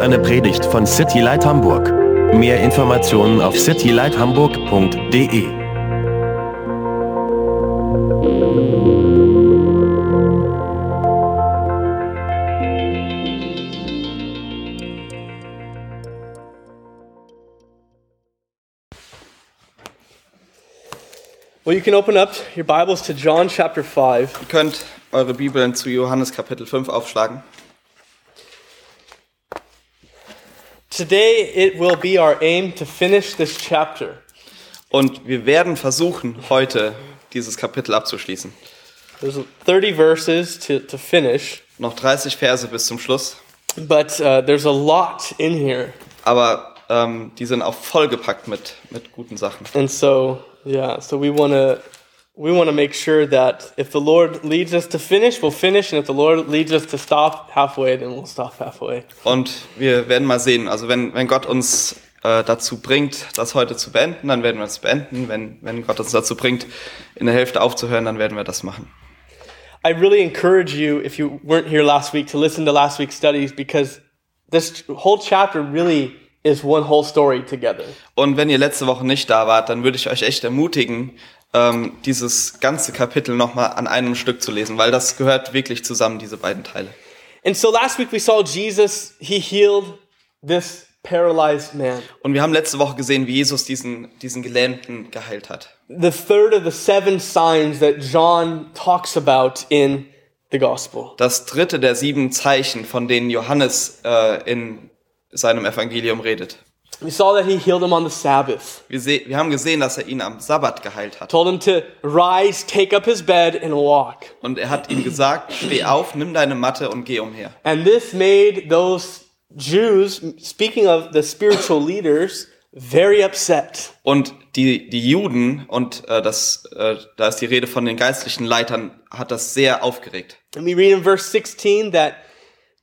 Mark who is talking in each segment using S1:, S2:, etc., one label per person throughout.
S1: eine Predigt von City Light Hamburg. Mehr Informationen auf citylighthamburg.de.
S2: Well, you can open up your Bibles to John chapter 5.
S3: Ihr könnt eure Bibeln zu Johannes Kapitel 5 aufschlagen.
S2: Today, it will be our aim to finish this chapter.
S3: Und wir werden versuchen, heute dieses Kapitel abzuschließen.
S2: There's 30 verses to, to finish,
S3: Noch 30 Verse bis zum Schluss,
S2: but uh, there's a lot in here.
S3: aber ähm, die sind auch vollgepackt mit, mit guten Sachen.
S2: And so, yeah, so we want to. We want to make sure that if the Lord leads us to finish, we'll finish, and if the Lord leads us to stop halfway, then we'll stop halfway.
S3: Und wir werden mal sehen, also wenn, wenn Gott uns äh, dazu bringt, das heute zu beenden, dann werden wir es beenden. Wenn, wenn Gott uns dazu bringt, in der Hälfte aufzuhören, dann werden wir das machen.
S2: I really encourage you, if you weren't here last week, to listen to last week's studies because this whole chapter really is one whole story together.
S3: Und wenn ihr letzte Woche nicht da wart, dann würde ich euch echt ermutigen, ähm, dieses ganze Kapitel nochmal an einem Stück zu lesen, weil das gehört wirklich zusammen, diese beiden Teile.
S2: And so last week we saw Jesus, he healed this paralyzed man,
S3: Und wir haben letzte Woche gesehen, wie Jesus diesen, diesen Gelähmten geheilt hat.
S2: the third of the seven signs that John talks about in the gospel.
S3: Das dritte der sieben Zeichen, von denen Johannes äh, in seinem Evangelium redet.
S2: We saw that he healed him on the Sabbath,
S3: Wir, seh, wir haben gesehen, dass er ihn am Sabbat geheilt hat.
S2: told him to rise, take up his bed, and walk.
S3: Und er hat ihm gesagt, steh auf, nimm deine Matte und geh umher.
S2: And this made those Jews, speaking of the spiritual leaders, very upset.
S3: Und die, die Juden, und äh, das, äh, da ist die Rede von den geistlichen Leitern, hat das sehr aufgeregt.
S2: And we read in verse 16 that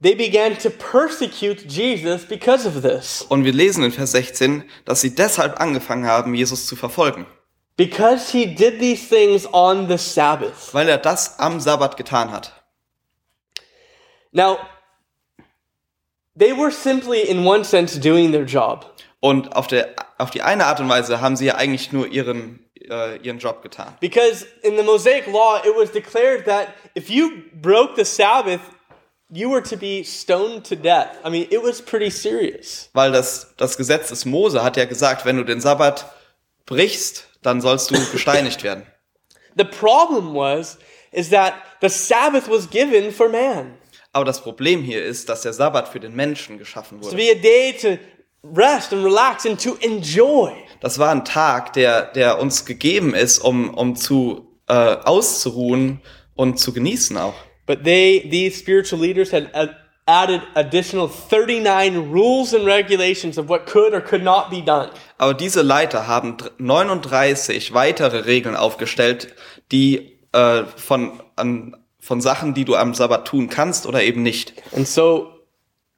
S2: they began to persecute Jesus because of this.
S3: Und wir lesen in Vers 16, dass sie deshalb angefangen haben, Jesus zu verfolgen,
S2: Because he did these things on the Sabbath.
S3: weil er das am Sabbat getan hat.
S2: Now, they were simply, in one sense, doing their job.
S3: Und auf, der, auf die eine Art und Weise haben sie ja eigentlich nur ihren, äh, ihren Job getan.
S2: Because in the Mosaic law, it was declared that if you broke the Sabbath, you were to be stoned to death. I mean, it was pretty serious.
S3: Weil das, das Gesetz des Mose hat ja gesagt, wenn du den Sabbat brichst, dann sollst du gesteinigt werden.
S2: The problem was, is that the Sabbath was given for man.
S3: Aber das Problem hier ist, dass der Sabbat für den Menschen geschaffen
S2: to
S3: wurde.
S2: be a day to rest and relax and to enjoy.
S3: Das war ein Tag, der, der uns gegeben ist, um, um zu äh, auszuruhen und zu genießen auch.
S2: But they, these spiritual leaders, had ad- added additional 39 rules and regulations of what could or could not be done.
S3: Aber diese Leiter haben dr- 39 weitere Regeln aufgestellt, die äh, von, an, von Sachen, die du am Sabbat tun kannst oder eben nicht.
S2: And so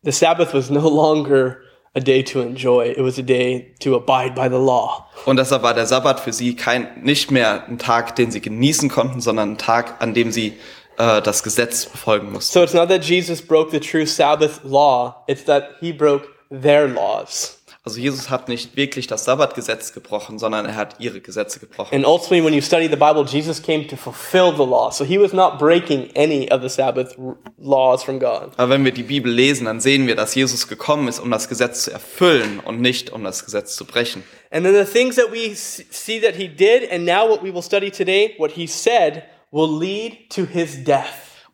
S2: the Sabbath was no longer a day to enjoy, it was a day to abide by the law.
S3: Und deshalb war der Sabbat für sie kein, nicht mehr ein Tag, den sie genießen konnten, sondern ein Tag, an dem sie äh, das Gesetz befolgen mussten.
S2: So it's not that Jesus broke the true Sabbath law, it's that he broke their laws.
S3: Also Jesus hat nicht wirklich das Sabbatgesetz gebrochen, sondern er hat ihre Gesetze gebrochen.
S2: And ultimately, when you study the Bible, Jesus came to fulfill the law. So he was not breaking any of the Sabbath r- laws from God.
S3: Aber wenn wir die Bibel lesen, dann sehen wir, dass Jesus gekommen ist, um das Gesetz zu erfüllen und nicht um das Gesetz zu brechen.
S2: And then the things that we s- see that he did, and now what we will study today, what he said, will lead to his death.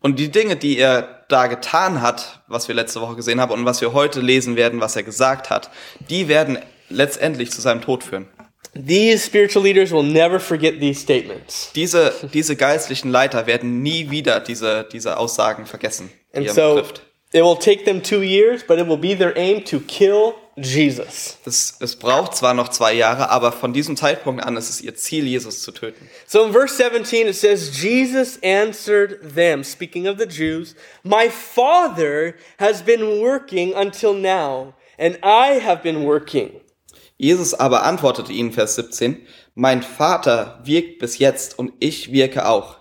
S3: Und die Dinge, die er da getan hat, was wir letzte Woche gesehen haben und was wir heute lesen werden, was er gesagt hat, die werden letztendlich zu seinem Tod führen.
S2: These spiritual leaders will never forget these statements.
S3: Diese, diese geistlichen Leiter werden nie wieder diese, diese Aussagen vergessen, die
S2: And
S3: er
S2: so
S3: trifft.
S2: it will take them two years, but it will be their aim to kill Jesus.
S3: Es, es braucht zwar noch zwei Jahre, aber von diesem Zeitpunkt an ist es ihr Ziel, Jesus zu töten.
S2: So in verse 17, it says, Jesus answered them, speaking of the Jews, My Father has been working until now, and I have been working.
S3: Jesus aber antwortete ihnen, Vers 17, Mein Vater wirkt bis jetzt und ich wirke auch.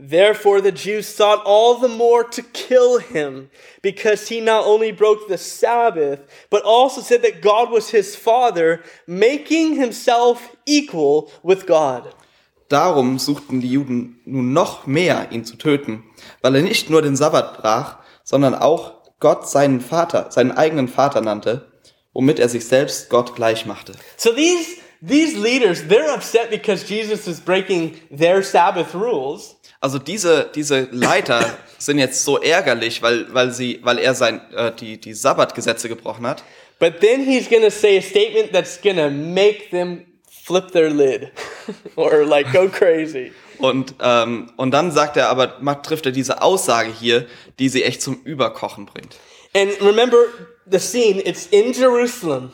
S2: Therefore, the Jews sought all the more to kill him because he not only broke the Sabbath, but also said that God was his father, making himself equal with God.
S3: Darum suchten die Juden nun noch mehr, ihn zu töten, weil er nicht nur den Sabbat brach, sondern auch Gott seinen Vater, seinen eigenen Vater nannte, womit er sich selbst Gott gleich machte.
S2: So these, these leaders, they're upset because Jesus is breaking their Sabbath rules.
S3: Also diese, diese Leiter sind jetzt so ärgerlich, weil, weil, sie, weil er sein, äh, die, die Sabbatgesetze gebrochen hat.
S2: But then he's going to say a statement that's going to make them flip their lid or like go crazy.
S3: Und, ähm, und dann sagt er aber, macht, trifft er diese Aussage hier, die sie echt zum Überkochen bringt.
S2: And remember the scene, it's in Jerusalem.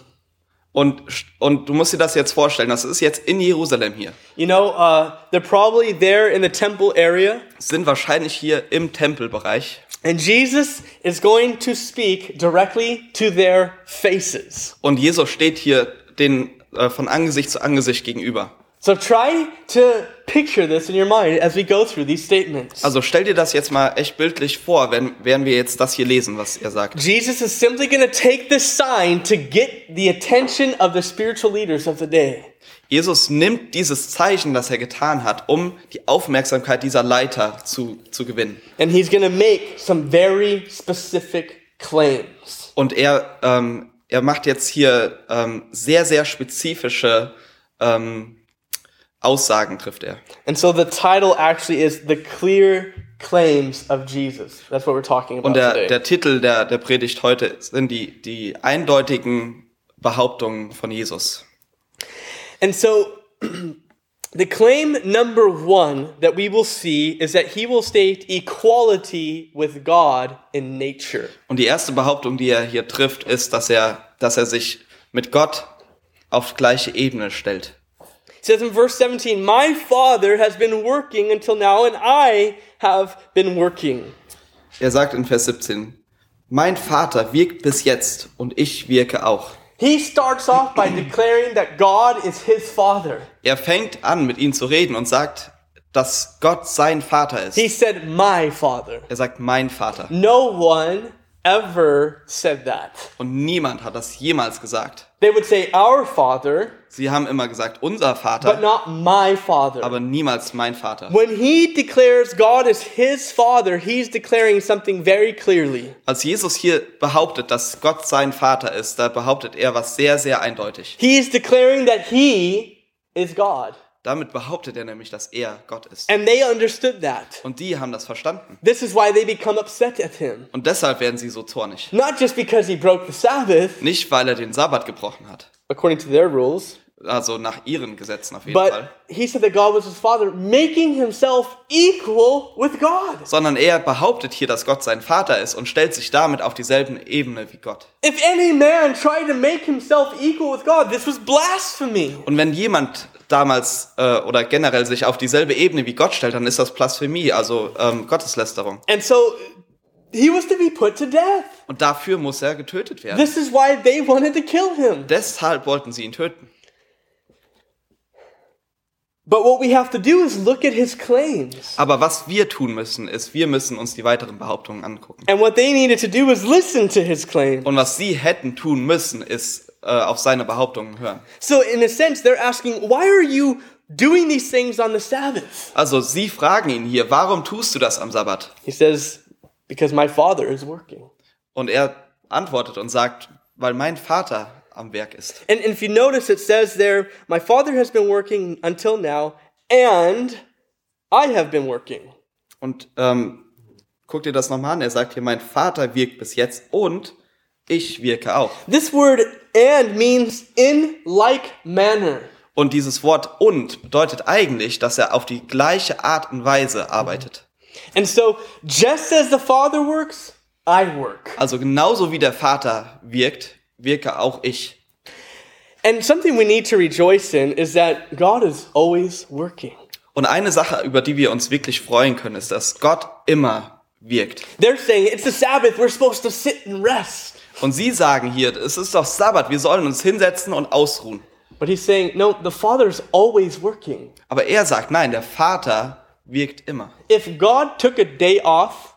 S3: Und, und du musst dir das jetzt vorstellen, das ist jetzt in Jerusalem hier.
S2: You know, uh, they're probably there in the temple area,
S3: Sind wahrscheinlich hier im Tempelbereich.
S2: and Jesus is going to speak directly to their faces.
S3: Und Jesus steht hier den äh, von Angesicht zu Angesicht gegenüber.
S2: So try to picture this in your mind as we go through these statements.
S3: Also stell dir das jetzt mal echt bildlich vor, wenn, während wir jetzt das hier lesen, was er sagt.
S2: Jesus is simply going to take this sign to get the attention of the spiritual leaders of the day.
S3: Jesus nimmt dieses Zeichen, das er getan hat, um die Aufmerksamkeit dieser Leiter zu, zu gewinnen.
S2: And he's going to make some very specific claims.
S3: Und er, ähm, er macht jetzt hier ähm, sehr, sehr spezifische ähm, Aussagen, trifft er.
S2: And so the title actually is The Clear Claims of Jesus. That's what we're talking about
S3: Und der,
S2: today.
S3: der Titel der, der Predigt heute sind die, die eindeutigen Behauptungen von Jesus.
S2: And so the claim number one that we will see is that he will state equality with God in nature.
S3: Und die erste Behauptung, die er hier trifft, ist, dass er, dass er sich mit Gott auf gleiche Ebene stellt.
S2: It says in verse 17, My father has been working until now, and I have been working.
S3: Er sagt in Vers 17, mein Vater wirkt bis jetzt und ich wirke auch.
S2: He starts off by declaring that God is his father.
S3: Er fängt an, mit ihnen zu reden und sagt, dass Gott sein Vater ist.
S2: He said, My father.
S3: Er sagt, mein Vater.
S2: No one ever said that.
S3: Und niemand hat das jemals gesagt.
S2: They would say, Our father,
S3: Sie haben immer gesagt, unser
S2: but
S3: Vater,
S2: not my father.
S3: aber niemals mein Vater.
S2: When he declares God is his father, he's declaring something very clearly.
S3: Als Jesus hier behauptet, dass Gott sein Vater ist, da behauptet er was sehr, sehr eindeutig.
S2: He's declaring that he is God.
S3: Damit behauptet er nämlich, dass er Gott ist.
S2: And they understood that.
S3: Und die haben das verstanden.
S2: This is why they become upset at him.
S3: Und deshalb werden sie so zornig.
S2: Not just because he broke the Sabbath,
S3: Nicht, weil er den Sabbat gebrochen hat.
S2: according to their rules,
S3: Also nach ihren Gesetzen auf jeden
S2: but
S3: Fall.
S2: he said that God was his father, making himself equal with God.
S3: Sondern er behauptet hier, dass Gott sein Vater ist und stellt sich damit auf dieselben Ebene wie Gott.
S2: If any man tried to make himself equal with God, this was blasphemy.
S3: Und wenn jemand damals äh, oder generell sich auf dieselbe Ebene wie Gott stellt, dann ist das Blasphemie, also ähm, Gotteslästerung.
S2: And so he was to be put to death.
S3: Und dafür muss er getötet werden.
S2: This is why they wanted to kill him.
S3: Deshalb wollten sie ihn töten.
S2: But what we have to do is look at his claims.
S3: Aber was wir tun müssen, ist, wir müssen uns die weiteren Behauptungen angucken.
S2: And what they needed to do was listen to his claim.
S3: Und was sie hätten tun müssen, ist äh, auf seine Behauptungen hören.
S2: So, in a sense, they're asking, why are you doing these things on the Sabbath?
S3: Also sie fragen ihn hier, warum tust du das am Sabbat?
S2: He says, because my father is working.
S3: Und er antwortet und sagt, weil mein Vater am Werk ist.
S2: And, and if you notice, it says there, my father has been working until now, and I have been working.
S3: Und ähm, guck dir das nochmal an. Er sagt hier, mein Vater wirkt bis jetzt und ich wirke auch.
S2: This word and means in like manner.
S3: Und dieses Wort und bedeutet eigentlich, dass er auf die gleiche Art und Weise arbeitet.
S2: And so, just as the father works, I work.
S3: Also genauso wie der Vater wirkt, wirke auch ich.
S2: And something we need to rejoice in is that God is always working.
S3: Und eine Sache, über die wir uns wirklich freuen können, ist, dass Gott immer wirkt.
S2: They're saying it's the Sabbath, we're supposed to sit and rest.
S3: Und sie sagen hier, es ist doch Sabbat, wir sollen uns hinsetzen und ausruhen.
S2: But he's saying, no, the Father's always working.
S3: Aber er sagt, nein, der Vater wirkt immer.
S2: If God took a day off,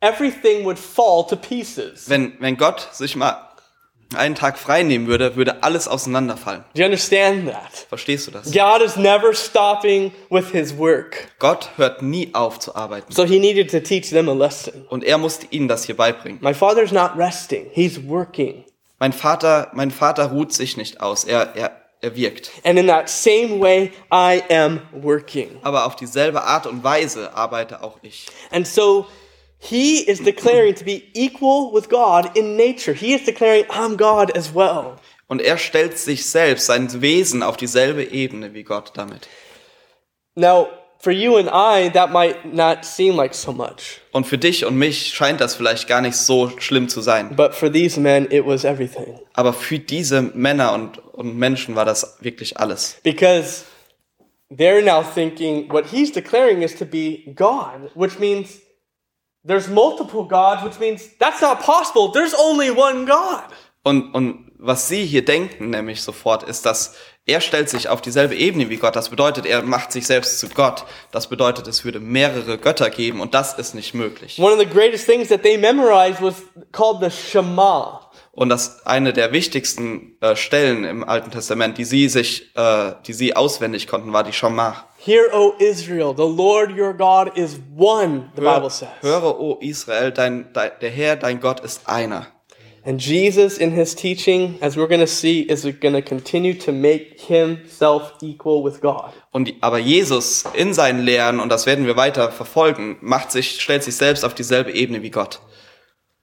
S2: everything would fall to pieces.
S3: Wenn, wenn Gott sich mal einen Tag frei nehmen würde, würde alles auseinanderfallen.
S2: Do you understand that?
S3: Verstehst du das?
S2: God is never stopping with his work.
S3: Gott hört nie auf zu arbeiten.
S2: So he needed to teach them a lesson.
S3: Und er musste ihnen das hier beibringen.
S2: My father's not resting, he's working.
S3: Mein Vater, mein Vater ruht sich nicht aus. Er, er, er wirkt.
S2: And in that same way, I am working.
S3: Aber auf dieselbe Art und Weise arbeite auch ich.
S2: And so he is declaring to be equal with God in nature. He is declaring, I'm God as well.
S3: Und er stellt sich selbst, sein Wesen auf dieselbe Ebene wie Gott damit.
S2: Now, for you and I, that might not seem like so much,
S3: Und für dich und mich scheint das vielleicht gar nicht so schlimm zu sein.
S2: but for these men, it was everything.
S3: Aber für diese Männer und, und Menschen war das wirklich alles.
S2: Because they're now thinking what he's declaring is to be God, which means there's multiple gods, which means that's not possible. There's only one God.
S3: Und, und was sie hier denken nämlich sofort ist, dass er stellt sich auf dieselbe Ebene wie Gott. Das bedeutet, er macht sich selbst zu Gott. Das bedeutet, es würde mehrere Götter geben und das ist nicht möglich.
S2: One of the greatest things that they memorized was called the Shema.
S3: Und das eine der wichtigsten äh, Stellen im Alten Testament, die sie sich, äh, die sie auswendig konnten, war die Schamar.
S2: Hear, O Israel, the Lord your God is one, the Bible says.
S3: Höre, o Israel, dein, dein, der Herr, dein Gott ist einer.
S2: And Jesus, in his teaching, as we're going to see, is going to continue to make himself equal with God.
S3: Und die, aber Jesus in seinen Lehren, und das werden wir weiter verfolgen, macht sich, stellt sich selbst auf dieselbe Ebene wie Gott.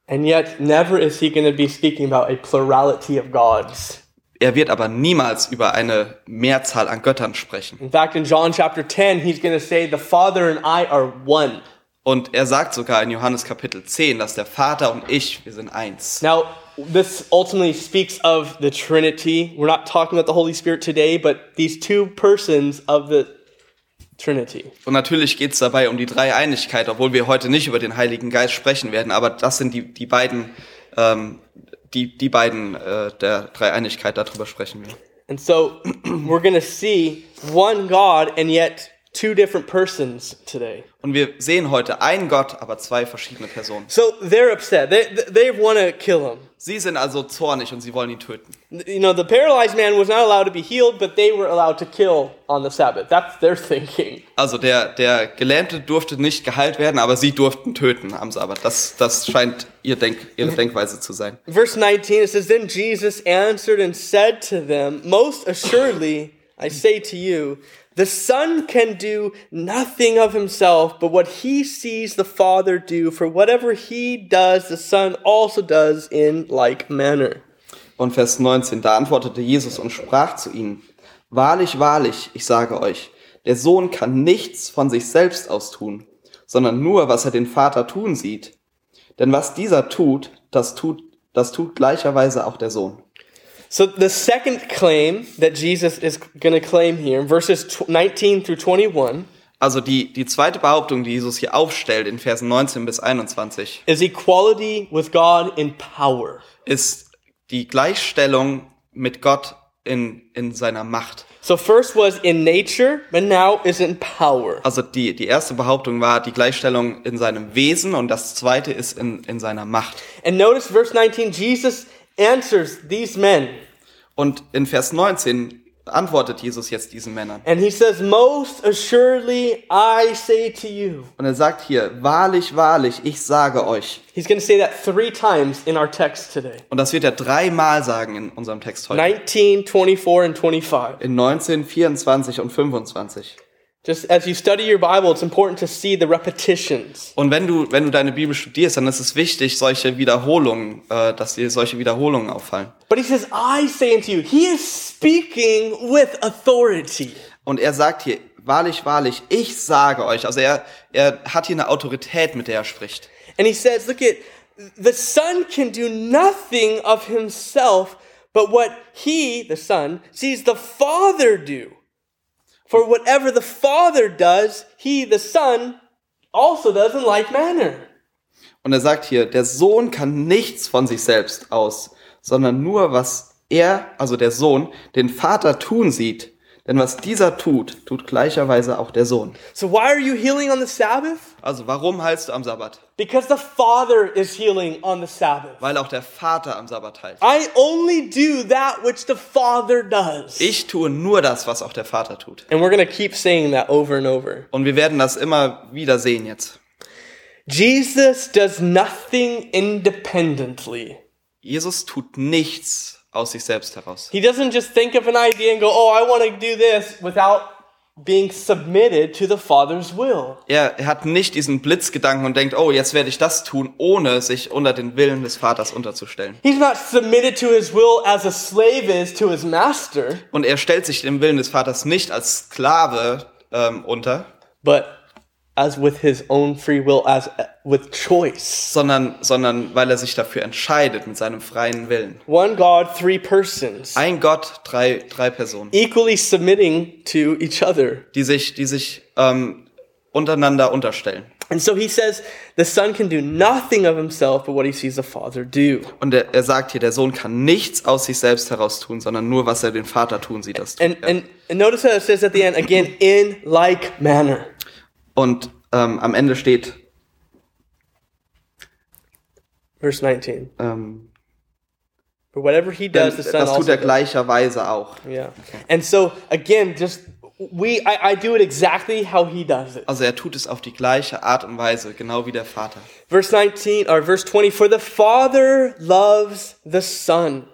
S2: And yet, never is he going to be speaking about a plurality of gods.
S3: Er wird aber niemals über eine Mehrzahl an Göttern sprechen.
S2: In fact, in John chapter 10, he's going to say, The Father and I are one.
S3: Und er sagt sogar in Johannes Kapitel 10, dass der Vater und ich, wir sind eins.
S2: Now, this ultimately speaks of the Trinity. We're not talking about the Holy Spirit today, but these two persons of the Trinity.
S3: Und natürlich geht es dabei um die Dreieinigkeit, obwohl wir heute nicht über den Heiligen Geist sprechen werden, aber das sind die, die beiden, ähm, die, die beiden äh, der Dreieinigkeit, darüber sprechen wir.
S2: And so we're going to see one God and yet two different persons today.
S3: Und wir sehen heute einen Gott, aber zwei verschiedene Personen.
S2: So they're upset. They, they want to kill him.
S3: Sie sind also zornig und sie wollen ihn töten.
S2: You know, the paralyzed man was not allowed to be healed, but they were allowed to kill on the Sabbath. That's their thinking.
S3: Also der, der Gelähmte durfte nicht geheilt werden, aber sie durften töten am Sabbat. Das, das scheint ihr Denk, ihre Denkweise zu sein.
S2: Verse 19, it says, Then Jesus answered and said to them, Most assuredly, I say to you, the Son can do nothing of himself but what he sees the Father do, for whatever he does, the Son also does in like manner.
S3: Und Vers 19, da antwortete Jesus und sprach zu ihnen, Wahrlich, wahrlich, ich sage euch, der Sohn kann nichts von sich selbst aus tun, sondern nur, was er den Vater tun sieht. Denn was dieser tut, das tut, das tut gleicherweise auch der Sohn.
S2: So the second claim that Jesus is going to claim here, verses tw- 19 through 21,
S3: Also die, die zweite Behauptung, die Jesus hier aufstellt in Versen 19 bis 21,
S2: is equality with God in power.
S3: ist die Gleichstellung mit Gott in, in seiner Macht.
S2: So first was in nature, but now is in power.
S3: Also die, die erste Behauptung war die Gleichstellung in seinem Wesen und das zweite ist in, in seiner Macht.
S2: And notice verse 19, Jesus answers these men.
S3: Und in Vers 19 antwortet Jesus jetzt diesen Männern.
S2: And he says, Most assuredly, I say to you.
S3: Und er sagt hier, wahrlich, wahrlich, ich sage euch.
S2: He's going to say that three times in our text today
S3: Und das wird er dreimal sagen in unserem Text heute.
S2: 19, 24, and 25.
S3: In 19, 24 und 25.
S2: Just as you study your Bible, it's important to see the repetitions.
S3: Und wenn du, wenn du deine Bibel studierst, dann ist es wichtig, solche Wiederholungen, äh, dass dir solche Wiederholungen auffallen.
S2: But he says, I say unto you, he is speaking with authority.
S3: Und er sagt hier, wahrlich, wahrlich, ich sage euch. Also er, er hat hier eine Autorität, mit der er spricht.
S2: And he says, Look at the Son can do nothing of himself but what he, the Son, sees the Father do. For whatever the Father does, he, the Son, also does in like manner.
S3: Und er sagt hier, der Sohn kann nichts von sich selbst aus, sondern nur was er, also der Sohn, den Vater tun sieht. Denn was dieser tut, tut gleicherweise auch der Sohn.
S2: So why are you healing on the Sabbath?
S3: Also warum heilst du am Sabbat?
S2: Because the Father is healing on the Sabbath.
S3: Weil auch der Vater am Sabbat heilt.
S2: I only do that which the Father does.
S3: Ich tue nur das, was auch der Vater tut.
S2: And we're going to keep saying that over and over.
S3: Und wir werden das immer wieder sehen jetzt.
S2: Jesus does nothing independently.
S3: Jesus tut nichts aus sich selbst heraus.
S2: He doesn't just think of an idea and go, oh, I want to do this without being submitted to the Father's will.
S3: Er, er hat nicht diesen Blitzgedanken und denkt, oh, jetzt werde ich das tun, ohne sich unter den Willen des Vaters unterzustellen.
S2: He's not submitted to his will as a slave is to his master,
S3: Und er stellt sich dem Willen des Vaters nicht als Sklave ähm, unter,
S2: but as with his own free will, as uh, with choice.
S3: sondern, sondern weil er sich dafür entscheidet mit seinem freien Willen.
S2: One God, three persons,
S3: Ein Gott, drei, drei Personen,
S2: equally submitting to each other.
S3: die sich, die sich ähm, untereinander unterstellen.
S2: And so he says the Son can do nothing of himself but what he sees the Father do.
S3: Und er, er sagt hier, der Sohn kann nichts aus sich selbst heraus tun, sondern nur, was er den Vater tun sieht, das tut
S2: And,
S3: er.
S2: and, and notice how it says at the end, again, in like manner.
S3: Und ähm, am Ende steht,
S2: Verse 19.
S3: ähm,
S2: For whatever he does, the
S3: denn,
S2: Son
S3: das tut
S2: also
S3: er
S2: does.
S3: gleicherweise auch.
S2: Yeah. And so again, just we I, I do it exactly how he does it.
S3: Also er tut es auf die gleiche Art und Weise, genau wie der Vater.
S2: Verse 19 or verse 20, for the Father loves the Son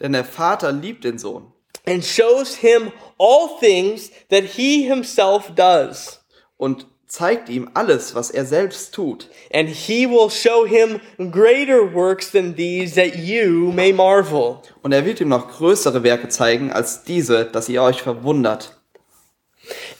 S3: Denn der Vater liebt den Sohn
S2: and shows him all things that he himself does.
S3: und zeigt ihm alles, was er selbst tut.
S2: And he will show him greater works than these that you may marvel.
S3: Und er wird ihm noch größere Werke zeigen als diese, dass ihr euch verwundert.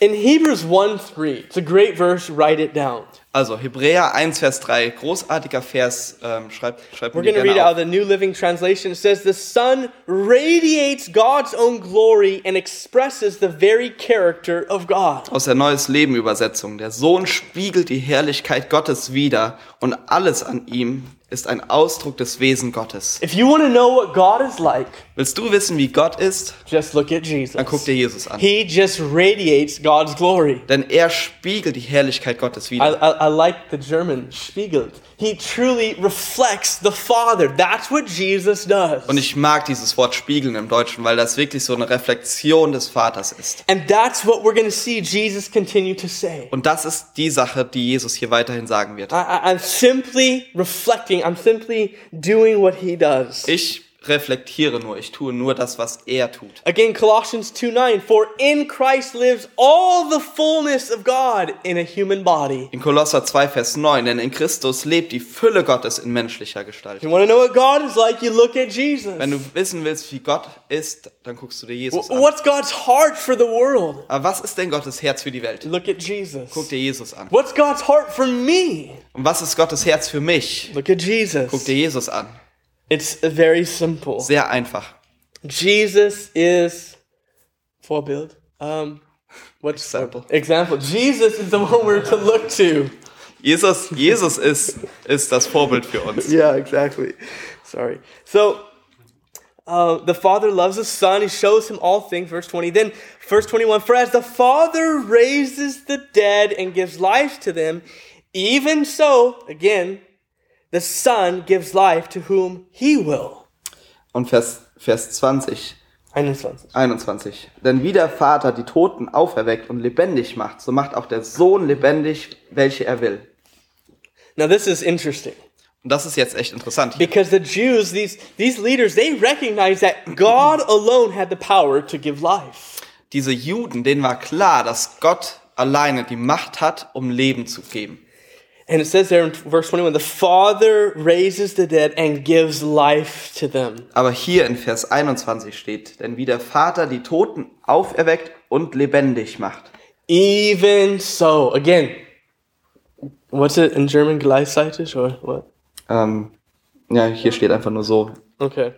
S2: In Hebrews 1 3, it's a great verse, write it down.
S3: Also Hebräer 1, Vers 3, großartiger Vers, ähm, schreibt, schreibt
S2: We're going to read it out of the New Living Translation. It says, The Son radiates God's own glory and expresses the very character of God.
S3: aus der Neues Leben Übersetzung. Der Sohn spiegelt die Herrlichkeit Gottes wider und alles an ihm ist ein Ausdruck des Wesen Gottes.
S2: If you want to know what God is like,
S3: Willst du wissen, wie Gott ist?
S2: just look at Jesus.
S3: Dann guck dir Jesus an.
S2: He just radiates God's glory.
S3: Denn er spiegelt die Herrlichkeit Gottes
S2: I,
S3: wider.
S2: I, I like the German, spiegelt. He truly reflects the Father. That's what Jesus does.
S3: Und ich mag dieses Wort spiegeln im Deutschen, weil das wirklich so eine Reflexion des Vaters ist.
S2: And that's what we're going to see Jesus continue to say.
S3: Und das ist die Sache, die Jesus hier weiterhin sagen wird.
S2: I, I, I'm simply reflecting, I'm simply doing what he does.
S3: Ich reflektiere nur, ich tue nur das, was er tut.
S2: Again, Colossians 2 9, for in Christ lives all the fullness of God in a human body.
S3: In Kolosser 2, Vers 9, denn in Christus lebt die Fülle Gottes in menschlicher Gestalt.
S2: You want to know what God is like? You look at
S3: Wenn
S2: Jesus.
S3: du wissen willst, wie Gott ist, dann guckst du dir Jesus an.
S2: What's God's heart for the world?
S3: Aber was ist denn Gottes Herz für die Welt?
S2: Look at Jesus.
S3: Guck dir Jesus an.
S2: What's God's heart for me?
S3: Und was ist Gottes Herz für mich?
S2: Look at
S3: Guck
S2: Jesus.
S3: dir Jesus an.
S2: It's very simple.
S3: Sehr einfach.
S2: Jesus is Vorbild. Um, what's
S3: Example.
S2: Example. Jesus is the one we're to look to.
S3: Jesus, Jesus ist, ist das Vorbild für uns.
S2: Yeah, exactly. Sorry. So uh, the Father loves the Son. He shows him all things. Verse 20. Then, verse 21 For as the Father raises the dead and gives life to them, even so, again, the Son gives life to whom he will.
S3: Und Vers, Vers 20,
S2: 21.
S3: 21. Denn wie der Vater die Toten auferweckt und lebendig macht, so macht auch der Sohn lebendig, welche er will.
S2: Now, this is interesting.
S3: Und das ist jetzt echt interessant. hier.
S2: Because the Jews, these, these leaders, they recognized that God alone had the power to give life.
S3: Diese Juden, denen war klar, dass Gott alleine die Macht hat, um Leben zu geben.
S2: And it says there in verse 21 the Father raises the dead and gives life to them.
S3: Aber hier in Vers 21 steht, denn wie der Vater die Toten auferweckt und lebendig macht.
S2: Even so. Again, what's it in German? Gleichzeitig or what?
S3: Ähm, ja, hier steht einfach nur so.
S2: Okay.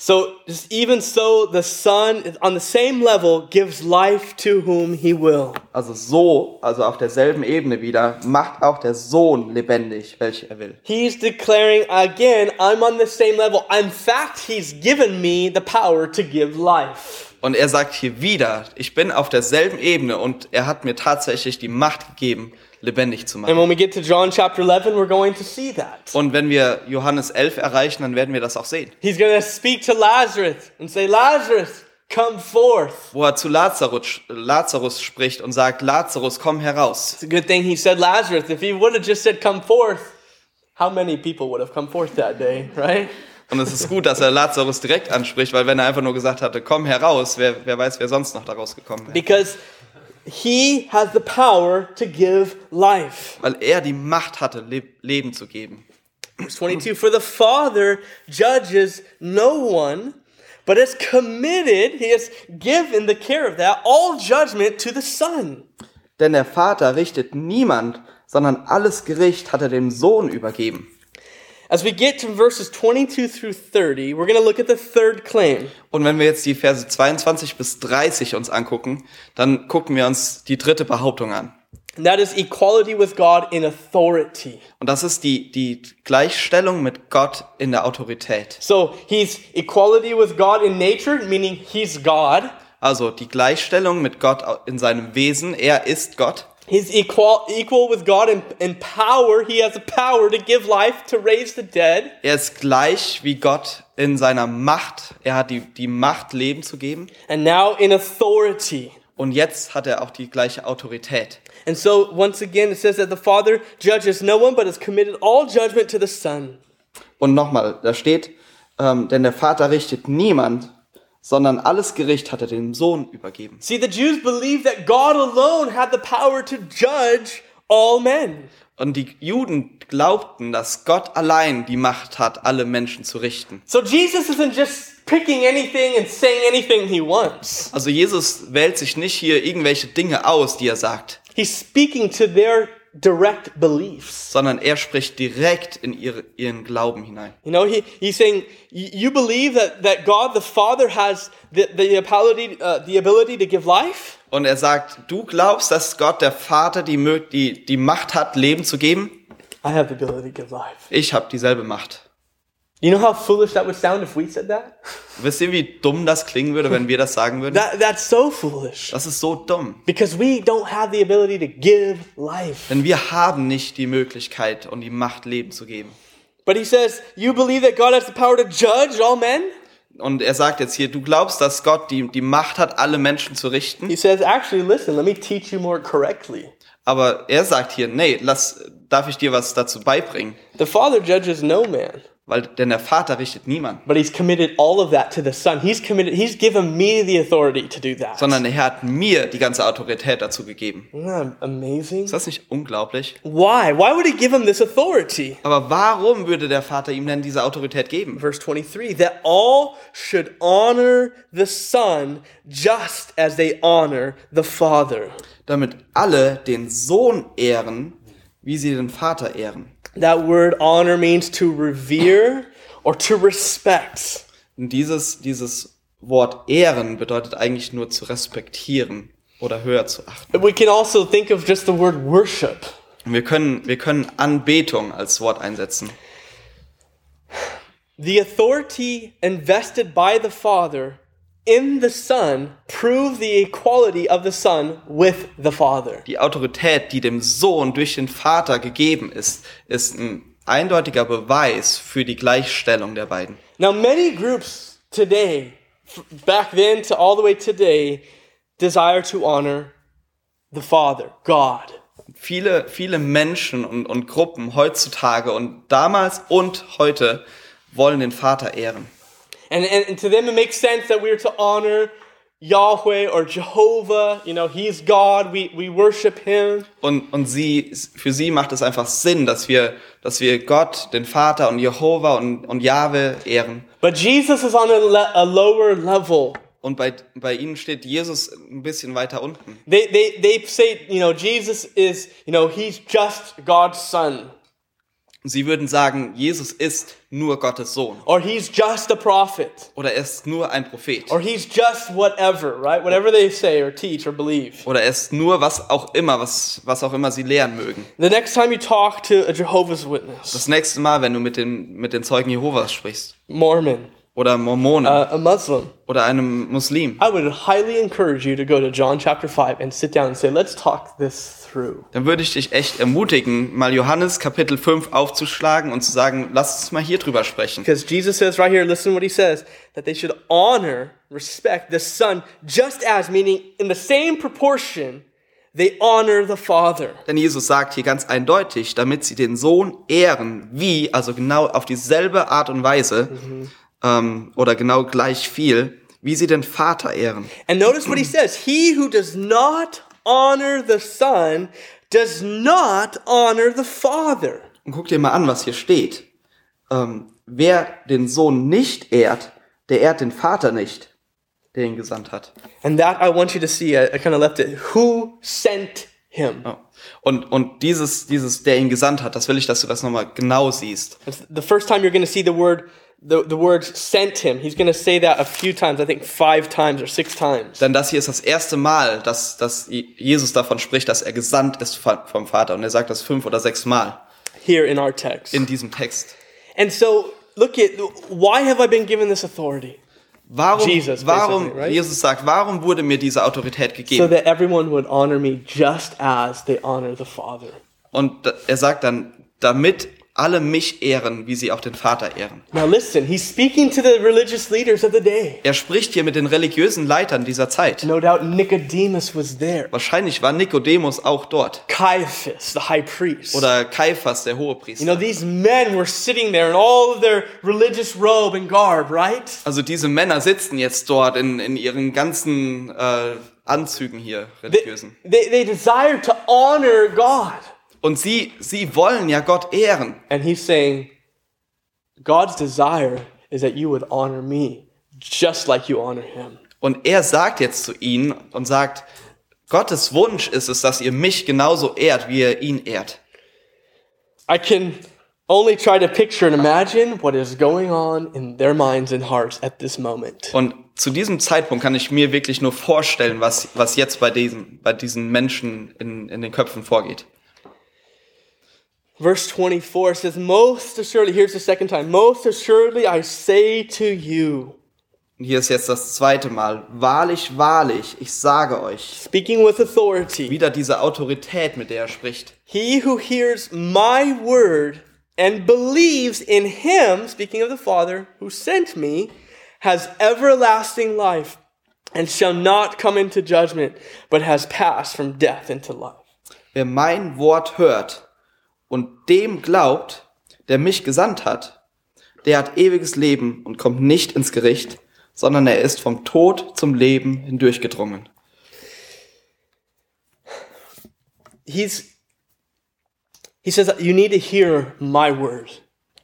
S2: So, just even so, the Son, is on the same level, gives life to whom he will.
S3: Also so, also auf derselben Ebene wieder, macht auch der Sohn lebendig, welche er will.
S2: He's declaring again, I'm on the same level. In fact, he's given me the power to give life.
S3: Und er sagt hier wieder, ich bin auf derselben Ebene und er hat mir tatsächlich die Macht gegeben, lebendig zu
S2: And
S3: machen.
S2: when we get to John chapter 11, we're going to see that.
S3: Und wenn wir Johannes 11 erreichen, dann werden wir das auch sehen.
S2: He's going to speak to Lazarus and say, Lazarus, come forth.
S3: Wo er zu Lazarus, Lazarus spricht und sagt, Lazarus, komm heraus.
S2: It's a good thing he said Lazarus. If he would have just said, come forth, how many people would have come forth that day, right?
S3: Und es ist gut, dass er Lazarus direkt anspricht, weil wenn er einfach nur gesagt hatte, komm heraus, wer, wer weiß, wer sonst noch daraus gekommen wäre.
S2: Because he has the power to give life.
S3: Weil er die Macht hatte, Le Leben zu geben.
S2: Verse 22 For the Father judges no one, but has committed, he has given the care of that, all judgment to the Son.
S3: Denn der Vater richtet niemand, sondern alles Gericht hat er dem Sohn übergeben.
S2: As we get to verses 22 through 30, we're going to look at the third claim.
S3: Und wenn wir jetzt die Verse 22 bis 30 uns angucken, dann gucken wir uns die dritte Behauptung an.
S2: And that is equality with God in authority.
S3: Und das ist die, die Gleichstellung mit Gott in der Autorität.
S2: So he's equality with God in nature, meaning he's God.
S3: Also die Gleichstellung mit Gott in seinem Wesen. Er ist Gott.
S2: He's equal, equal with God in, in power. He has the power to give life, to raise the dead.
S3: Er ist gleich wie Gott in seiner Macht. Er hat die, die Macht, Leben zu geben.
S2: And now in authority.
S3: Und jetzt hat er auch die gleiche Autorität.
S2: And so once again, it says that the Father judges no one, but has committed all judgment to the Son.
S3: Und nochmal, da steht, ähm, denn der Vater richtet niemand, sondern alles Gericht hat er dem Sohn übergeben.
S2: See, the Jews believed that God alone had the power to judge all men.
S3: Und die Juden glaubten, dass Gott allein die Macht hat, alle Menschen zu richten.
S2: So Jesus isn't just picking anything and saying anything he wants.
S3: Also Jesus wählt sich nicht hier irgendwelche Dinge aus, die er sagt,
S2: He's speaking to their direct beliefs.
S3: sondern er spricht direkt in ihre, ihren Glauben hinein.
S2: You know, he, he's saying, "Y- you believe that, that God the Father has the, the, ability, uh, the ability to give life?
S3: Und er sagt, du glaubst, dass Gott der Vater die, Mö- die, die Macht hat, Leben zu geben?
S2: I have the ability to give life.
S3: Ich habe dieselbe Macht.
S2: You know how foolish that would sound if we said that?
S3: Wisst ihr, wie dumm das klingen würde, wenn wir das sagen würden?
S2: that that's so foolish.
S3: Das ist so dumm.
S2: Because we don't have the ability to give life.
S3: Denn wir haben nicht die Möglichkeit und die Macht, Leben zu geben.
S2: But he says, you believe that God has the power to judge all men?
S3: Und er sagt jetzt hier, du glaubst, dass Gott die, die Macht hat, alle Menschen zu richten?
S2: He says, actually, listen, let me teach you more correctly.
S3: Aber er sagt hier, nee, lass, darf ich dir was dazu beibringen?
S2: The Father judges no man,
S3: Weil, denn der Vater richtet niemanden,
S2: but He's committed all of that to the Son. He's committed, He's given me the authority to do that.
S3: sondern er hat mir die ganze Autorität dazu gegeben.
S2: Isn't that amazing?
S3: Ist das nicht unglaublich?
S2: Why? Why would He give him this authority?
S3: Aber warum würde der Vater ihm denn diese Autorität geben?
S2: Verse 23 that all should honor the Son just as they honor the Father.
S3: Damit alle den Sohn ehren, wie sie den Vater ehren.
S2: That word honor means to revere or to respect.
S3: Und dieses, dieses Wort ehren bedeutet eigentlich nur zu respektieren oder höher zu achten.
S2: We can also think of just the word worship.
S3: Und wir können, wir können Anbetung als Wort einsetzen.
S2: The authority invested by the Father in the Son prove the equality of the Son with the Father.
S3: Die Autorität, die dem Sohn durch den Vater gegeben ist, ist ein eindeutiger Beweis für die Gleichstellung der beiden.
S2: Now, many groups today, f- back then to all the way today, desire to honor the Father, God.
S3: Viele, viele Menschen und, und Gruppen heutzutage und damals und heute wollen den Vater ehren.
S2: And, and, and to them, it makes sense that we are to honor Yahweh or Jehovah. You know, He's God, we, we worship Him.
S3: Und, und sie, für sie macht es einfach Sinn, dass wir, dass wir Gott, den Vater und Jehova und, und Jahwe ehren.
S2: But Jesus is on a, le- a lower level
S3: Und bei, bei ihnen steht Jesus ein bisschen weiter unten.
S2: They, they, they say, you know, Jesus is, you know, he's just God's son,
S3: Sie würden sagen, Jesus ist nur Gottes Sohn.
S2: or he's just a prophet,
S3: Oder er ist nur ein Prophet.
S2: or he's just whatever, right? Whatever they say or teach or believe.
S3: Oder er ist nur was auch immer, was, was auch immer sie lehren mögen.
S2: The next time you talk to a Jehovah's Witness,
S3: Das nächste Mal, wenn du mit den, mit den Zeugen Jehovas sprichst.
S2: Mormon,
S3: oder Mormonen
S2: uh, a Muslim,
S3: oder einem Muslim,
S2: I would highly encourage you to go to John chapter 5 and sit down and say, let's talk this through.
S3: dann würde ich dich echt ermutigen, mal Johannes Kapitel 5 aufzuschlagen und zu sagen, lass uns mal hier drüber sprechen.
S2: Because Jesus says right here, listen what he says, that they should honor, respect the Son just as, meaning in the same proportion, they honor the Father.
S3: Denn Jesus sagt hier ganz eindeutig, damit sie den Sohn ehren, wie, also genau auf dieselbe Art und Weise, ähm, oder genau gleich viel, wie sie den Vater ehren.
S2: And notice what he says He who does not honor the Son does not honor the Father.
S3: Und guck dir mal an, was hier steht. Ähm, wer den Sohn nicht ehrt, der ehrt den Vater nicht, der ihn gesandt hat.
S2: And that I want you to see, I, I kind of left it. Who sent him?
S3: Ja. Oh. Und, und dieses, dieses, der ihn gesandt hat, das will ich, dass du das nochmal genau siehst.
S2: It's the first time you're going to see the word. The, the word sent him. He's going to say that a few times, I think five times or six times.
S3: Denn das hier ist das erste Mal, dass, dass Jesus davon spricht, dass er gesandt ist von- vom Vater. Und er sagt das fünf oder sechs Mal
S2: here in our text.
S3: in diesem Text.
S2: and so, look at why have I been given this authority?
S3: Warum,
S2: Jesus,
S3: warum,
S2: basically, right?
S3: Jesus sagt, warum wurde mir diese
S2: So
S3: Autorität gegeben?
S2: that everyone would honor me just as they honor the Father.
S3: und da- er sagt dann, damit alle mich ehren, wie sie auch den Vater ehren.
S2: Now, listen, he's speaking to the religious leaders of the day.
S3: Er spricht hier mit den religiösen Leitern dieser Zeit.
S2: No doubt Nicodemus was there,
S3: Wahrscheinlich war Nikodemus auch dort.
S2: Caiaphas, the high priest.
S3: Oder Kaiphas, der
S2: you
S3: Hohepriester.
S2: know, these men were sitting there in all of their religious robe and garb, right?
S3: Also diese Männer sitzen jetzt dort in, in ihren ganzen äh, Anzügen hier,
S2: They,
S3: religiösen.
S2: they, they desire to honor God.
S3: Und sie, sie wollen ja Gott ehren.
S2: And he's saying, God's desire is that you would honor me just like you honor him.
S3: Und er sagt jetzt zu ihnen und sagt, Gottes Wunsch ist es, dass ihr mich genauso ehrt, wie ihr ihn ehrt.
S2: I can only try to picture and imagine what is going on in their minds and hearts at this moment.
S3: Und zu diesem Zeitpunkt kann ich mir wirklich nur vorstellen, was, was jetzt bei diesen, bei diesen Menschen in, in den Köpfen vorgeht.
S2: Verse 24 says, Most assuredly, here's the second time, most assuredly I say to you,
S3: Und hier ist jetzt das zweite Mal. Wahrlich, wahrlich, ich sage euch.
S2: speaking with authority,
S3: Wieder diese Autorität, mit der er spricht.
S2: he who hears my word and believes in him, speaking of the Father who sent me, has everlasting life and shall not come into judgment, but has passed from death into life.
S3: Wer mein Wort hört und dem glaubt, der mich gesandt hat, der hat ewiges Leben und kommt nicht ins Gericht, sondern er ist vom Tod zum Leben hindurchgedrungen.
S2: he's he says you need to hear my word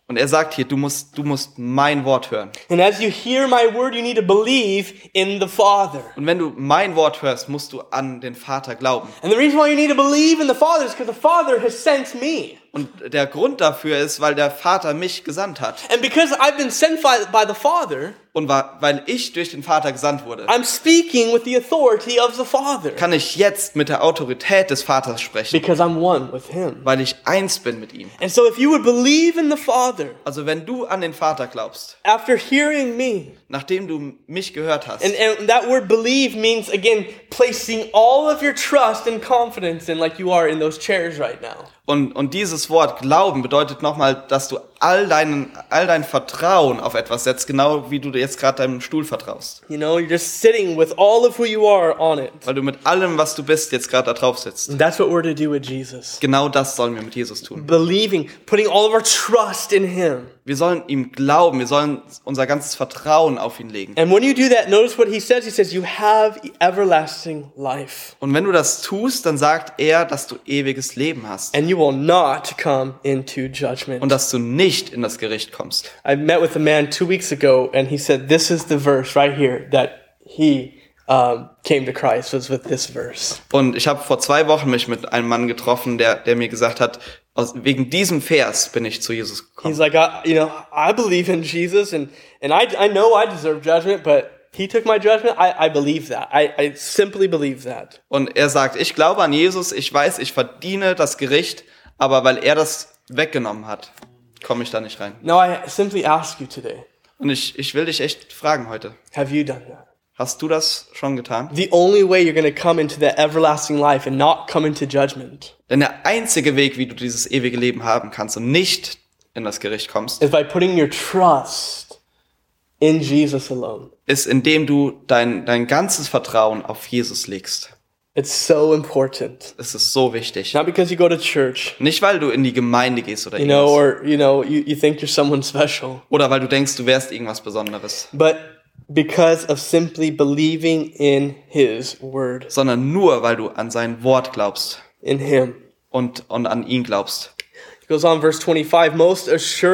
S3: Und er sagt hier, du musst, du musst mein Wort hören.
S2: and as you hear my word you need to believe in the father
S3: Und wenn du mein Wort hörst, musst du an den Vater glauben.
S2: and the reason why you need to believe in the father is because the father has sent me
S3: Und der Grund dafür ist, weil der Vater mich gesandt hat.
S2: and because i've been sent by, by the father
S3: Und wa- weil ich durch den Vater gesandt wurde,
S2: i'm speaking with the authority of the father
S3: kann ich jetzt mit der Autorität des Vaters sprechen,
S2: because i'm one with him
S3: weil ich eins bin mit ihm.
S2: and so if you would believe in the father
S3: Also wenn du an den Vater glaubst,
S2: after hearing me
S3: nachdem du mich gehört hast,
S2: and, and that word believe means again placing all of your trust and confidence in like you are in those chairs right now
S3: und, und dieses Wort Glauben bedeutet nochmal, dass du all, deinen, all dein Vertrauen auf etwas setzt, genau wie du jetzt gerade deinem Stuhl vertraust.
S2: You know, you're just sitting with all of who you are on it.
S3: Weil du mit allem, was du bist, jetzt gerade da drauf sitzt.
S2: That's what we're to do with Jesus.
S3: Genau das sollen wir mit Jesus tun.
S2: Believing, putting all of our trust in Him.
S3: Wir sollen ihm glauben, wir sollen unser ganzes Vertrauen auf ihn legen.
S2: And when you do that, notice what He says. He says, You have everlasting life,
S3: Und wenn du das tust, dann sagt er, dass du ewiges Leben hast
S2: and you will not come into judgment.
S3: und dass du nicht in das Gericht kommst.
S2: I met with a man two weeks ago, and he said, This is the verse right here that He um, came to Christ, was with this verse.
S3: Und ich habe vor zwei Wochen mich mit einem Mann getroffen, der, der mir gesagt hat, aus, wegen diesem Vers bin ich zu Jesus gekommen.
S2: He's like, I, You know, I believe in Jesus, and, and I, I know I deserve judgment, but. He took my judgment. I, I believe that. I, I simply believe that.
S3: Und er sagt, ich glaube an Jesus, ich weiß, ich verdiene das Gericht, aber weil er das weggenommen hat, komme ich da nicht rein.
S2: Now I simply ask you today
S3: Und ich, ich will dich echt fragen heute.
S2: Have you done that?
S3: Hast du das schon getan?
S2: The only way you're going to come into the everlasting life and not come into judgment
S3: Denn der einzige Weg, wie du dieses ewige Leben haben kannst und nicht in das Gericht kommst,
S2: is by putting your trust in Jesus alone.
S3: ist, indem du dein, dein ganzes Vertrauen auf Jesus legst.
S2: It's so important.
S3: Es ist so wichtig.
S2: Not because you go to church,
S3: Nicht, weil du in die Gemeinde gehst oder
S2: you know,
S3: irgendwas.
S2: or you know, you, you think you're someone special,
S3: Oder weil du denkst, du wärst irgendwas Besonderes.
S2: but because of simply believing in his word,
S3: Sondern nur, weil du an sein Wort glaubst
S2: in him.
S3: und, und an ihn glaubst.
S2: He goes on, verse 25 Most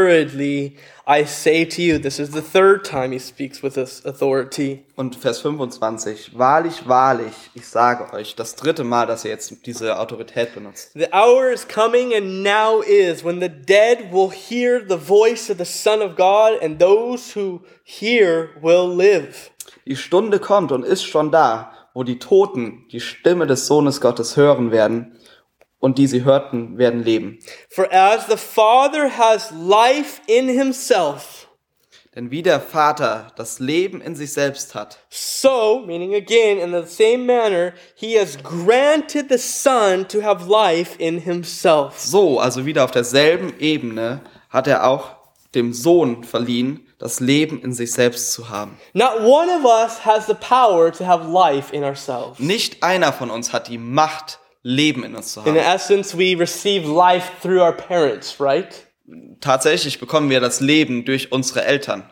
S2: assuredly, I say to you, this is the third time he speaks with this authority.
S3: Und Vers 25. Wahrlich, wahrlich, ich sage euch, das dritte Mal, dass ihr jetzt diese Autorität benutzt.
S2: The hour is coming, and now is, when the dead will hear the voice of the Son of God, and those who hear will live.
S3: Die Stunde kommt und ist schon da, wo die Toten die Stimme des Sohnes Gottes hören werden und die sie hörten, werden leben.
S2: For as the Father has life in himself,
S3: Denn wie der Vater das Leben in sich selbst hat,
S2: so, meaning again, in the same manner, he has granted the Son to have life in himself.
S3: so, also wieder auf derselben Ebene, hat er auch dem Sohn verliehen, das Leben in sich selbst zu haben.
S2: Not one of us has the power to have life in ourselves.
S3: Nicht einer von uns hat die Macht, Leben in uns zu
S2: In
S3: haben.
S2: essence, we receive life through our parents, right?
S3: Tatsächlich bekommen wir das Leben durch unsere Eltern.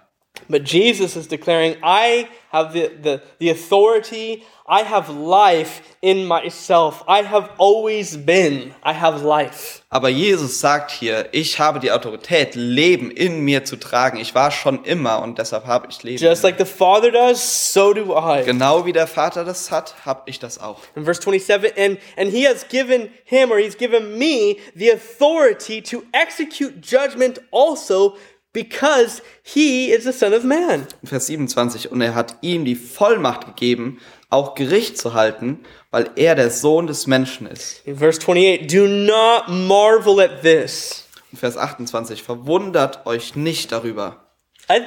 S2: But Jesus is declaring, I have the, the, the authority, I have life in myself. I have always been, I have life.
S3: Aber Jesus sagt hier, ich habe die Autorität, Leben in mir zu tragen. Ich war schon immer und deshalb habe ich Leben.
S2: Just like the Father does, so do I.
S3: genau wie der Vater das hat, habe ich das auch.
S2: In verse 27, and, and he has given him, or he's given me, the authority to execute judgment also because he is the Son of Man.
S3: In Vers 27, und er hat ihm die Vollmacht gegeben, auch Gericht zu halten, weil er der Sohn des Menschen ist.
S2: In verse 28, do not marvel at this.
S3: In Vers 28, verwundert euch nicht darüber.
S2: I,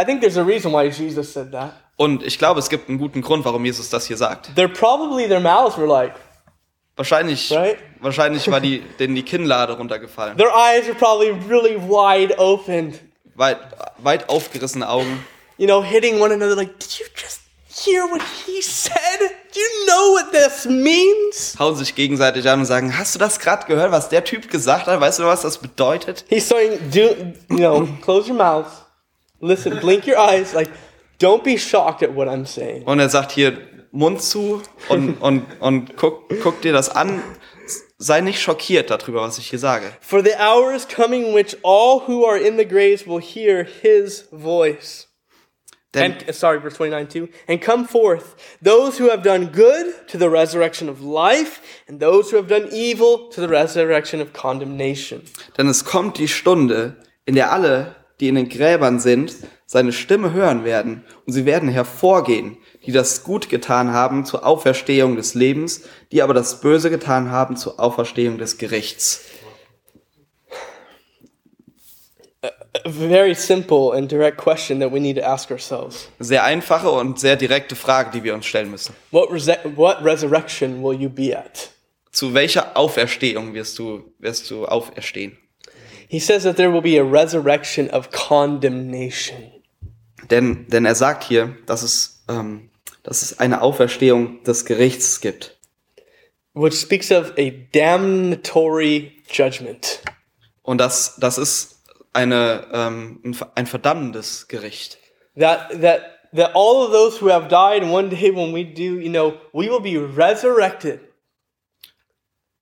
S2: I think there's a reason why Jesus said that.
S3: Und ich glaube, es gibt einen guten Grund, warum Jesus das hier sagt.
S2: They're probably, their mouths were like,
S3: Wahrscheinlich,
S2: Right?
S3: wahrscheinlich war die, denen die Kinnlade runtergefallen.
S2: their eyes are probably really wide opened,
S3: Weit, weit aufgerissene Augen.
S2: you know, hitting one another like, did you just hear what he said? Do you know what this means?
S3: hauen sich gegenseitig an und sagen, hast du das gerade gehört, was der Typ gesagt hat? Weißt du, was das bedeutet?
S2: He's saying, do, you know, close your mouths, listen, blink your eyes, like, don't be shocked at what I'm saying.
S3: Und er sagt hier, Mund zu und, und, und guck, guck dir das an. Sei nicht schockiert darüber, was ich hier sage.
S2: For the hour is coming in which all who are in the graves will hear his voice.
S3: Denn,
S2: and sorry, verse 29 too. And come forth, those who have done good to the resurrection of life, and those who have done evil to the resurrection of condemnation.
S3: denn es kommt die Stunde, in der alle, die in den Gräbern sind, seine Stimme hören werden und sie werden hervorgehen, die das Gut getan haben zur Auferstehung des Lebens, die aber das Böse getan haben zur Auferstehung des Gerichts.
S2: A very simple and direct question that we need to ask ourselves.
S3: Sehr einfache und sehr direkte Frage, die wir uns stellen müssen.
S2: What, rese- what resurrection will you be at?
S3: zu welcher Auferstehung wirst du, wirst du auferstehen?
S2: He says that there will be a resurrection of condemnation.
S3: Denn, denn er sagt hier, dass es, ähm, dass es eine Auferstehung des Gerichts gibt.
S2: Which speaks of a damnatory judgment.
S3: Und das, das ist eine, ähm, ein ver- ein verdammendes Gericht.
S2: that that that all of those who have died and one day when we do you know we will be resurrected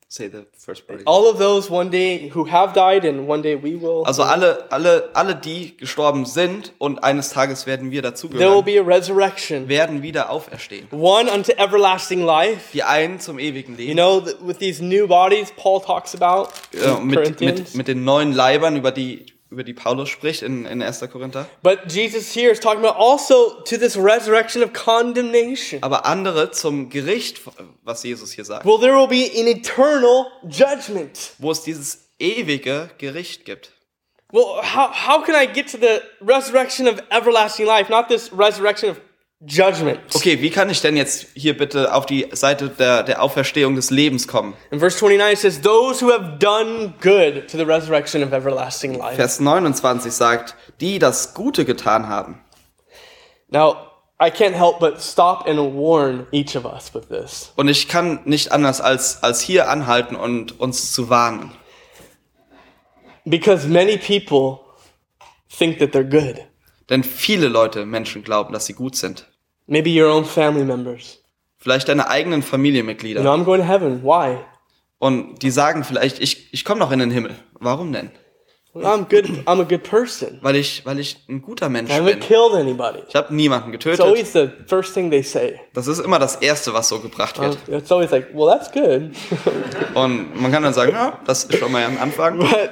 S3: Say the first part.
S2: all of those one day who have died and one day we will
S3: Also alle, alle, alle, die gestorben sind und eines Tages werden wir
S2: there will
S3: dazugehören,
S2: be a resurrection
S3: werden wieder auferstehen.
S2: one unto everlasting life
S3: Die einen zum ewigen Leben.
S2: you know th- with these new bodies paul talks about
S3: äh,
S2: in
S3: mit, mit,
S2: corinthians
S3: mit den neuen Leibern, über die, über die Paulus spricht in, in 1. Korinther.
S2: but jesus here is talking about also to this resurrection of condemnation
S3: aber andere zum Gericht, was Jesus hier sagt,
S2: well there will be an eternal judgment
S3: wo es dieses ewige Gericht gibt.
S2: well, how, how can I get to the resurrection of everlasting life, not this resurrection of judgment?
S3: Okay, wie kann ich denn jetzt hier bitte auf die Seite der, der Auferstehung des Lebens kommen?
S2: In verse 29, it says, Those who have done good to the resurrection of everlasting life.
S3: Vers 29 sagt, die das Gute getan haben.
S2: Now, I can't help but stop and warn each of us with this.
S3: Und ich kann nicht anders als, als hier anhalten und uns zu warnen.
S2: Because many people think that they're good.
S3: Denn viele Leute, Menschen glauben, dass sie gut sind.
S2: Maybe your own family members.
S3: Vielleicht deine eigenen
S2: You know,
S3: Familienmitglieder.
S2: I'm going to heaven. Why?
S3: Und die sagen vielleicht, ich, ich komme noch in den Himmel. Warum denn?
S2: Well, I'm good. I'm a good person.
S3: Weil ich, weil ich ein guter Mensch
S2: I haven't
S3: bin.
S2: killed anybody.
S3: Ich habe niemanden
S2: It's
S3: getötet.
S2: always the first thing they say. Um,
S3: Das ist immer das Erste, was so gebracht wird.
S2: It's always like, well, that's good.
S3: Und man kann dann sagen, ja, das ist schon mal am Anfang.
S2: but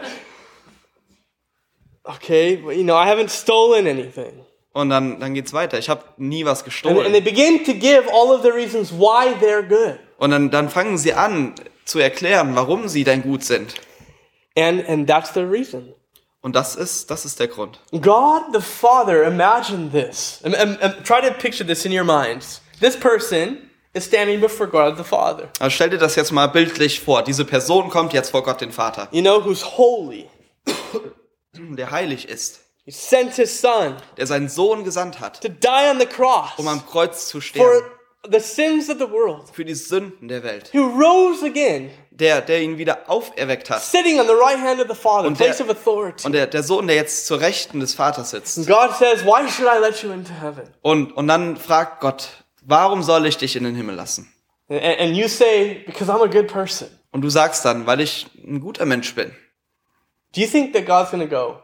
S2: okay, but, you know, I haven't stolen anything.
S3: Und dann, dann geht's weiter. Ich habe nie was
S2: And, and they
S3: gestohlen.
S2: begin to give all of the reasons why they're good.
S3: Und dann, dann fangen sie an zu erklären, warum sie denn gut sind.
S2: And and that's their reason.
S3: Und das ist, das ist der Grund.
S2: God the Father, imagine this. Um, um, um, try to picture this in your minds. This person is standing before God the Father,
S3: Also stell dir das jetzt mal bildlich vor. Diese Person kommt jetzt vor Gott, den Vater,
S2: you know, who's holy.
S3: der heilig ist,
S2: He sent his son
S3: der seinen Sohn gesandt hat,
S2: to die on the cross
S3: um am Kreuz zu sterben.
S2: for the sins of the world,
S3: Für die Sünden der Welt.
S2: who rose again,
S3: Der, der ihn wieder auferweckt hat.
S2: sitting on the right hand of the Father,
S3: Und der-
S2: place of authority.
S3: Und der, der Sohn, der jetzt zur Rechten des Vaters sitzt.
S2: God says, Why should I let you into heaven?
S3: Und, und dann fragt Gott, warum soll ich dich in den Himmel lassen?
S2: And, and you say, Because I'm a good person.
S3: Und du sagst dann, weil ich ein guter Mensch bin.
S2: Do you think that God's going to go,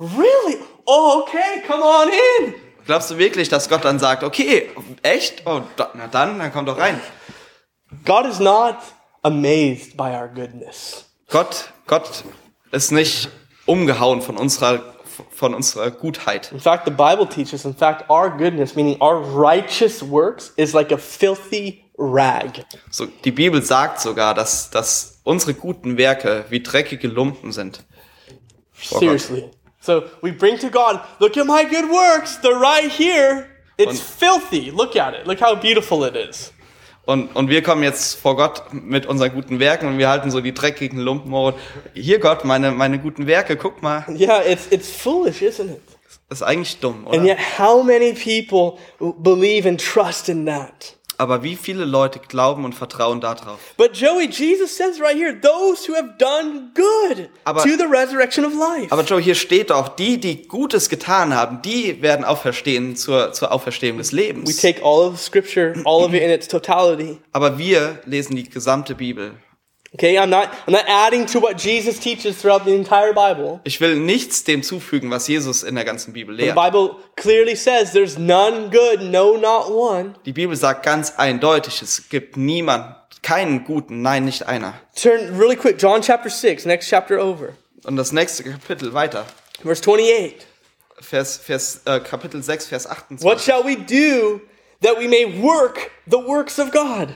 S2: Really? Oh, okay, come on in.
S3: Glaubst du wirklich, dass Gott dann sagt, okay, echt? Oh, da, na dann, dann komm doch rein.
S2: God is not amazed by our goodness.
S3: Gott, Gott ist nicht umgehauen von unserer, von unserer Gutheit.
S2: In fact, the Bible teaches, in fact, our goodness, meaning our righteous works, is like a filthy rag.
S3: So, die Bibel sagt sogar, dass, dass unsere guten Werke wie dreckige Lumpen sind.
S2: Seriously. So we bring to God, look at my good works. They're right here. It's
S3: Und-
S2: filthy. Look at it. Look how beautiful it is.
S3: Und, und wir kommen jetzt vor Gott mit unseren guten Werken und wir halten so die dreckigen Lumpen hoch. Hier Gott, meine, meine guten Werke, guck mal.
S2: Yeah, it's it's foolish, isn't it?
S3: Das ist eigentlich dumm,
S2: And
S3: oder?
S2: yet, how many people believe and trust in that?
S3: Aber wie viele Leute glauben und vertrauen darauf?
S2: But Joey, Jesus says right here, those who have done good
S3: Aber-
S2: to the resurrection of life.
S3: Aber Joe, hier steht doch, die, die Gutes getan haben, die werden auferstehen zur, zur Auferstehung des
S2: We
S3: Lebens.
S2: take all of Scripture, all of it in its totality.
S3: Aber wir lesen die gesamte Bibel.
S2: Okay, I'm not I'm not adding to what Jesus teaches throughout the entire Bible.
S3: Ich will nichts dem zufügen, was Jesus in der ganzen Bibel
S2: The
S3: lehrt.
S2: Bible clearly says there's none good, no not one.
S3: Die Bibel sagt ganz eindeutig, es gibt niemand, keinen guten, nein, nicht einer.
S2: Turn really quick, John chapter 6, next chapter over.
S3: Und das nächste Kapitel weiter.
S2: Verse 28.
S3: Vers, Vers, äh, Kapitel 6, Vers
S2: What
S3: 28.
S2: shall we do that we may work the works of God?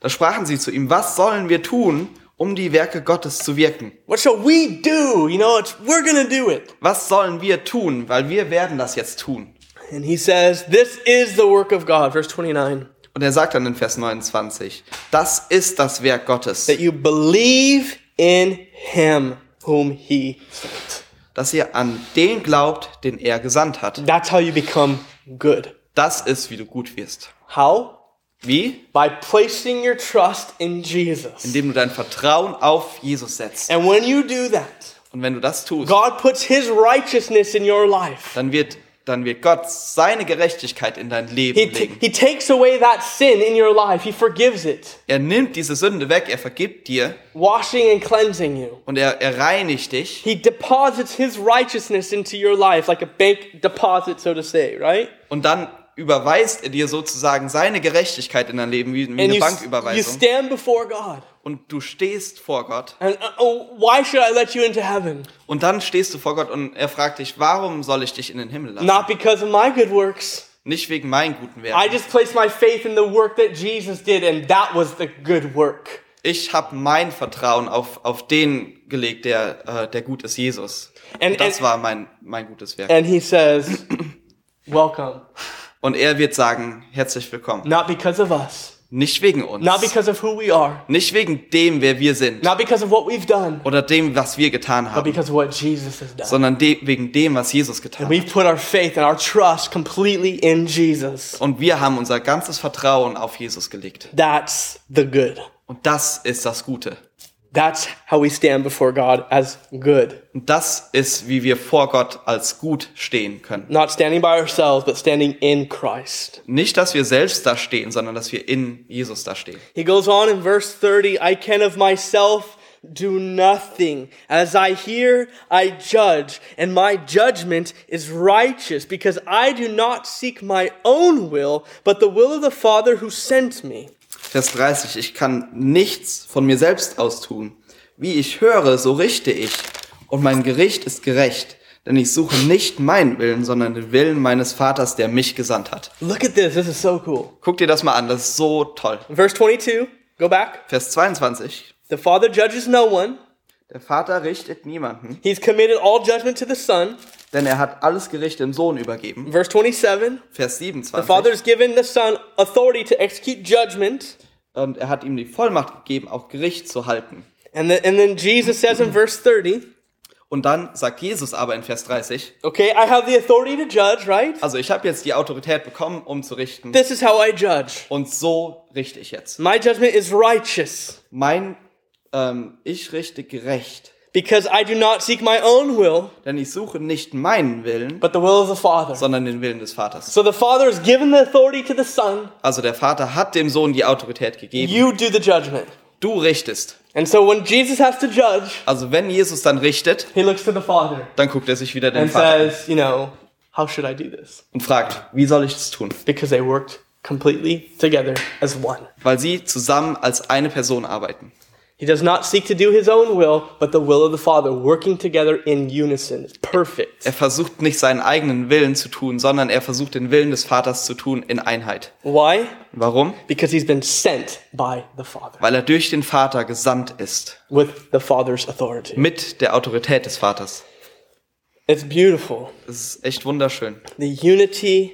S3: Da sprachen sie zu ihm, was sollen wir tun, um die Werke Gottes zu wirken?
S2: What shall we do? You know, it's we're going to do it.
S3: Was sollen wir tun? Weil wir werden das jetzt tun.
S2: And he says, this is the work of God, verse 29,
S3: Und er sagt dann in Vers 29, das ist das Werk Gottes,
S2: that you believe in him whom he sent.
S3: dass ihr an den glaubt, den er gesandt hat.
S2: That's how you become good.
S3: Das ist, wie du gut wirst.
S2: How?
S3: Wie?
S2: By placing your trust in Jesus.
S3: Indem du dein Vertrauen auf Jesus setzt.
S2: And when you do that,
S3: Und wenn du das tust,
S2: God puts his righteousness in your life.
S3: dann wird, dann wird Gott seine Gerechtigkeit in dein
S2: He,
S3: Leben
S2: t-
S3: legen.
S2: he takes away that sin in your life. He forgives it,
S3: Er nimmt diese Sünde weg, er vergibt dir
S2: washing and cleansing you.
S3: und er, er reinigt dich
S2: He deposits his righteousness into your life, like a bank deposit, so to say, right?
S3: und dann überweist er dir sozusagen seine Gerechtigkeit in dein Leben, wie, wie
S2: And you,
S3: eine
S2: s- you
S3: Banküberweisung.
S2: stand before God.
S3: Und du stehst vor Gott
S2: And uh, oh, why should I let you into heaven?
S3: und dann stehst du vor Gott und er fragt dich, warum soll ich dich in den Himmel lassen?
S2: Not because of my good works.
S3: Nicht wegen meinen guten
S2: I
S3: Werken.
S2: just placed my faith in the work that Jesus did, and that was the good work.
S3: ich habe mein Vertrauen auf, auf den gelegt, der, äh, der gut ist, Jesus.
S2: And-
S3: Und das
S2: and-
S3: war mein, mein gutes Werk.
S2: And he says, Welcome.
S3: Und er wird sagen, herzlich willkommen.
S2: Not because of us,
S3: Nicht wegen uns.
S2: not because of who we are,
S3: Nicht wegen dem, wer wir sind.
S2: not because of what we've done,
S3: Oder dem, was wir getan
S2: but
S3: haben.
S2: because of what Jesus has done.
S3: Sondern de wegen dem, was Jesus getan hat.
S2: We've put our faith and our trust completely in Jesus.
S3: Und wir haben unser ganzes Vertrauen auf Jesus gelegt.
S2: That's the good.
S3: Und das ist das Gute.
S2: That's how we stand before God as good.
S3: Und das ist, wie wir vor Gott als gut stehen können.
S2: Not standing by ourselves, but standing in Christ.
S3: Nicht, dass wir selbst da stehen, sondern dass wir in Jesus da stehen.
S2: He goes on in verse 30 I can of myself do nothing. As I hear, I judge, and my judgment is righteous, because I do not seek my own will, but the will of the Father who sent me.
S3: Vers 30, ich kann nichts von mir selbst aus tun. Wie ich höre, so richte ich. Und mein Gericht ist gerecht, denn ich suche nicht meinen Willen, sondern den Willen meines Vaters, der mich gesandt hat.
S2: Look at this. This is so cool.
S3: Guck dir das mal an, das ist so toll.
S2: Verse 22, go back.
S3: Vers 22,
S2: The Father judges no one,
S3: der Vater richtet niemanden,
S2: He's committed all judgment to the Son.
S3: denn er hat alles Gericht dem Sohn übergeben.
S2: Verse 27,
S3: Vers
S2: the Father
S3: 27,
S2: has given the Son authority to execute judgment.
S3: und er hat ihm die Vollmacht gegeben, auch Gericht zu halten.
S2: And, the, and then Jesus says in verse 30,
S3: Und dann sagt Jesus aber in Vers 30,
S2: Okay, I have the authority to judge, right?
S3: also ich habe jetzt die Autorität bekommen, um zu richten.
S2: This is how I judge.
S3: Und so richte ich jetzt.
S2: My judgment is righteous
S3: Mein, ähm, ich richte gerecht,
S2: because I do not seek my own will,
S3: denn ich suche nicht meinen Willen,
S2: but the will of the Father.
S3: sondern den Willen des Vaters.
S2: So the Father has given the authority to the Son.
S3: Also der Vater hat dem Sohn die Autorität gegeben.
S2: You do the judgment.
S3: Du richtest.
S2: And so when Jesus has to judge,
S3: Also wenn Jesus dann richtet,
S2: he looks to the Father
S3: dann guckt er sich wieder den
S2: and
S3: Vater an
S2: says, You know, how should I do this?
S3: und fragt, wie soll ich das tun?
S2: Because they worked completely together as one.
S3: Weil sie zusammen als eine Person arbeiten.
S2: He does not seek to do his own will, but the will of the Father, working together in unison. It's perfect.
S3: Er versucht nicht seinen eigenen Willen zu tun, sondern er versucht den Willen des Vaters zu tun in Einheit.
S2: Why?
S3: Warum?
S2: Because he's been sent by the Father,
S3: Weil er durch den Vater gesandt ist.
S2: with the Father's authority.
S3: Mit der Autorität des Vaters.
S2: It's beautiful.
S3: Es ist echt wunderschön.
S2: The unity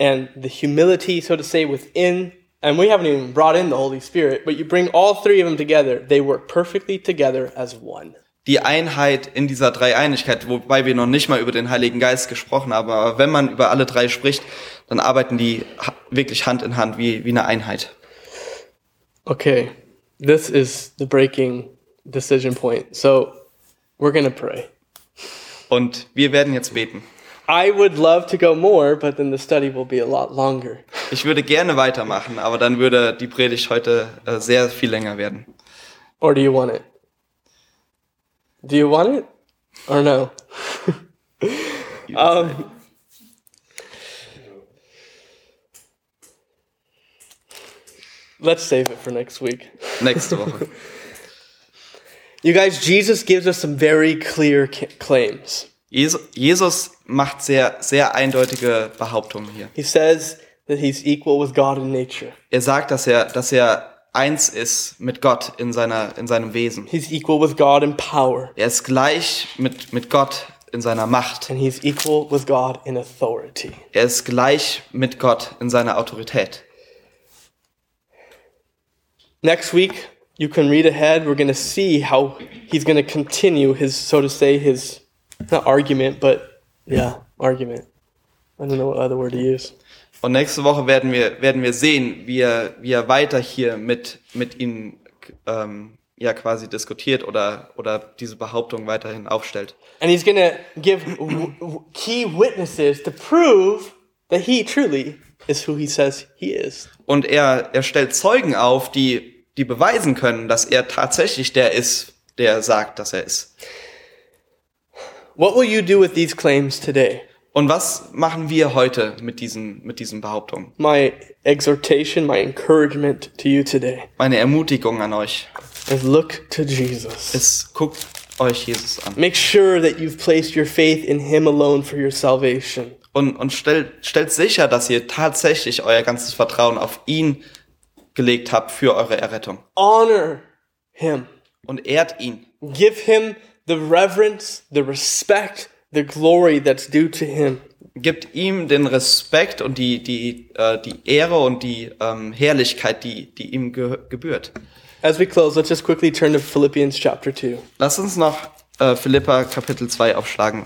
S2: and the humility, so to say, within. And we haven't even brought in the Holy Spirit, but you bring all three of them together. They work perfectly together as one.
S3: die Einheit in dieser Dreieinigkeit, wobei wir noch nicht mal über den Heiligen Geist gesprochen haben, aber wenn man über alle drei spricht, dann arbeiten die ha- wirklich Hand in Hand wie, wie eine Einheit.
S2: Okay, this is the breaking decision point. So we're going to pray.
S3: Und wir werden jetzt beten.
S2: I would love to go more, but then the study will be a lot longer.
S3: Ich würde gerne weitermachen, aber dann würde die Predigt heute äh, sehr viel länger werden.
S2: Or do you want it? Do you want it? Or no? um, let's save it for next week.
S3: Nächste Woche.
S2: You guys, Jesus gives us some very clear ca- claims.
S3: Jesu- Jesus macht sehr, sehr eindeutige Behauptungen hier.
S2: He says that he's equal with God in nature,
S3: Er sagt, dass er, dass er eins ist mit Gott in, seiner, in seinem Wesen.
S2: he's equal with God in power,
S3: Er ist gleich mit, mit Gott in seiner Macht.
S2: and he's equal with God in authority.
S3: Er ist gleich mit Gott in seiner Autorität.
S2: Next week, you can read ahead. We're going to see how he's going to continue his, so to say, his not argument, but yeah, argument. I don't know what other word to use.
S3: Und nächste Woche werden wir, werden wir sehen, wie er, wie er weiter hier mit, mit ihnen ähm, ja quasi diskutiert oder, oder diese Behauptung weiterhin aufstellt.
S2: And he's going to give w- w- key witnesses to prove that he truly is who he says he is.
S3: Und er, er stellt Zeugen auf, die, die beweisen können, dass er tatsächlich der ist, der sagt, dass er ist.
S2: What will you do with these claims today?
S3: Und was machen wir heute mit diesen, mit diesen Behauptungen?
S2: My exhortation, my encouragement to you today
S3: Meine Ermutigung an euch
S2: is look to Jesus.
S3: ist, guckt euch Jesus an.
S2: Make sure that you've placed your faith in him alone for your salvation.
S3: und, und stellt, stellt sicher, dass ihr tatsächlich euer ganzes Vertrauen auf ihn gelegt habt für eure Errettung.
S2: honor him.
S3: und ehrt ihn.
S2: Give him the reverence, the respect, the glory that's due to him.
S3: Gibt ihm den Respekt und die, die, äh, die Ehre und die ähm, Herrlichkeit, die, die ihm gehö- gebührt.
S2: As we close, let's just quickly turn to Philippians chapter 2.
S3: Lass uns noch äh, Philippa Kapitel 2 aufschlagen.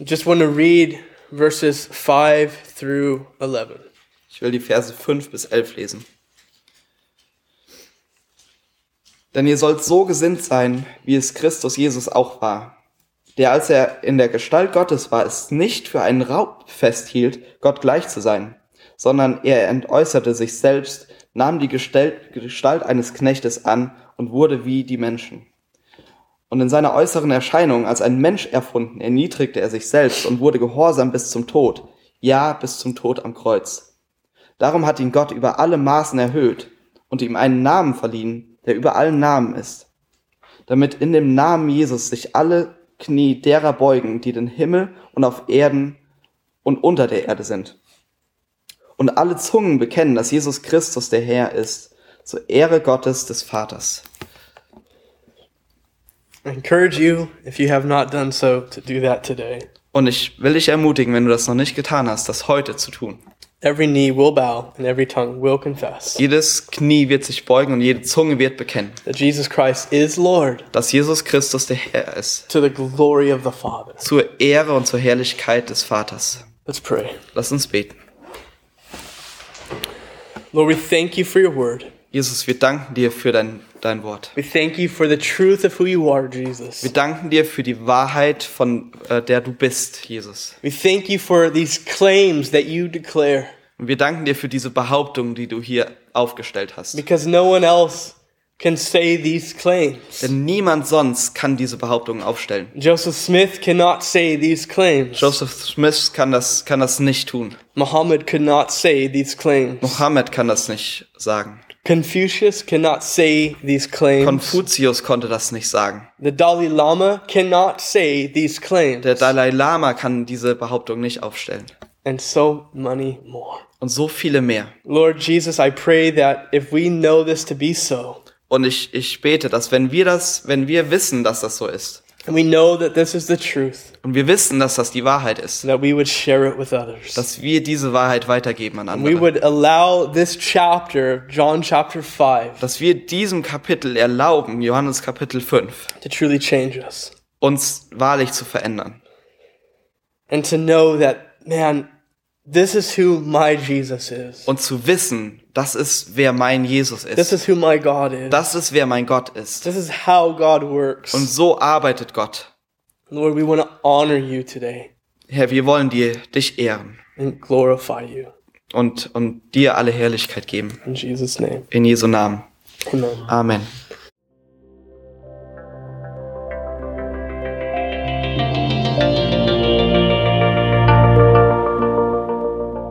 S2: Just want to read verses 5 through 11.
S3: Ich will die Verse 5 bis 11 lesen. Denn ihr sollt so gesinnt sein, wie es Christus Jesus auch war, der als er in der Gestalt Gottes war, es nicht für einen Raub festhielt, Gott gleich zu sein, sondern er entäußerte sich selbst, nahm die Gestel- Gestalt eines Knechtes an und wurde wie die Menschen. Und in seiner äußeren Erscheinung als ein Mensch erfunden, erniedrigte er sich selbst und wurde gehorsam bis zum Tod, ja bis zum Tod am Kreuz. Darum hat ihn Gott über alle Maßen erhöht und ihm einen Namen verliehen, der über allen Namen ist, damit in dem Namen Jesus sich alle Knie derer beugen, die den Himmel und auf Erden und unter der Erde sind. Und alle Zungen bekennen, dass Jesus Christus der Herr ist, zur Ehre Gottes des Vaters.
S2: I encourage you, if you have not done so, to do that today.
S3: Und ich will dich ermutigen, wenn du das noch nicht getan hast, das heute zu tun.
S2: Every knee will bow and every tongue will confess
S3: Jedes Knie wird sich beugen und jede Zunge wird bekennen,
S2: that Jesus Christ is Lord
S3: dass Jesus Christus der Herr ist.
S2: to the glory of the Father.
S3: zur Ehre und zur Herrlichkeit des Vaters.
S2: Let's pray.
S3: Lass uns beten.
S2: Lord, we thank you for your word.
S3: Jesus, wir danken dir für dein, dein Wort.
S2: We thank you for the truth of who you are, Jesus.
S3: Wir danken dir für die Wahrheit, von äh, der du bist, Jesus.
S2: We thank you for these claims that you declare
S3: Und wir danken dir für diese Behauptung, die du hier aufgestellt hast.
S2: because no one else can say these claims.
S3: Denn niemand sonst kann diese Behauptung aufstellen.
S2: Joseph Smith cannot say these claims.
S3: Joseph Smith kann das, kann das nicht tun.
S2: Muhammad could not say these claims.
S3: Mohammed kann das nicht sagen.
S2: Confucius cannot say these claims.
S3: Konfuzius konnte das nicht sagen.
S2: The Dalai Lama cannot say these claims.
S3: Der Dalai Lama kann diese Behauptung nicht aufstellen.
S2: And so many more.
S3: Und so viele mehr.
S2: Lord Jesus, I pray that if we know this to be so,
S3: Und ich, ich bete, dass wenn wir das, wenn wir wissen, dass das so ist,
S2: and we know that this is the truth,
S3: und wir wissen, dass das die Wahrheit ist,
S2: that we would share it with others.
S3: dass wir diese Wahrheit weitergeben an
S2: we
S3: andere,
S2: would allow this chapter, John chapter 5,
S3: dass wir diesem Kapitel erlauben, Johannes Kapitel 5,
S2: to truly change us
S3: uns wahrlich zu verändern
S2: and to know that, man, this is who my Jesus is.
S3: und zu wissen, das ist, wer mein Jesus
S2: This
S3: ist.
S2: is who my God is.
S3: Das ist, wer mein Gott ist.
S2: This is how God works.
S3: Und so arbeitet Gott.
S2: Lord, we want to honor you today
S3: Herr, wir wollen dir, dich ehren
S2: and glorify you.
S3: und, und dir alle Herrlichkeit geben.
S2: In Jesus' name,
S3: In Jesu Namen.
S2: amen.
S3: Amen.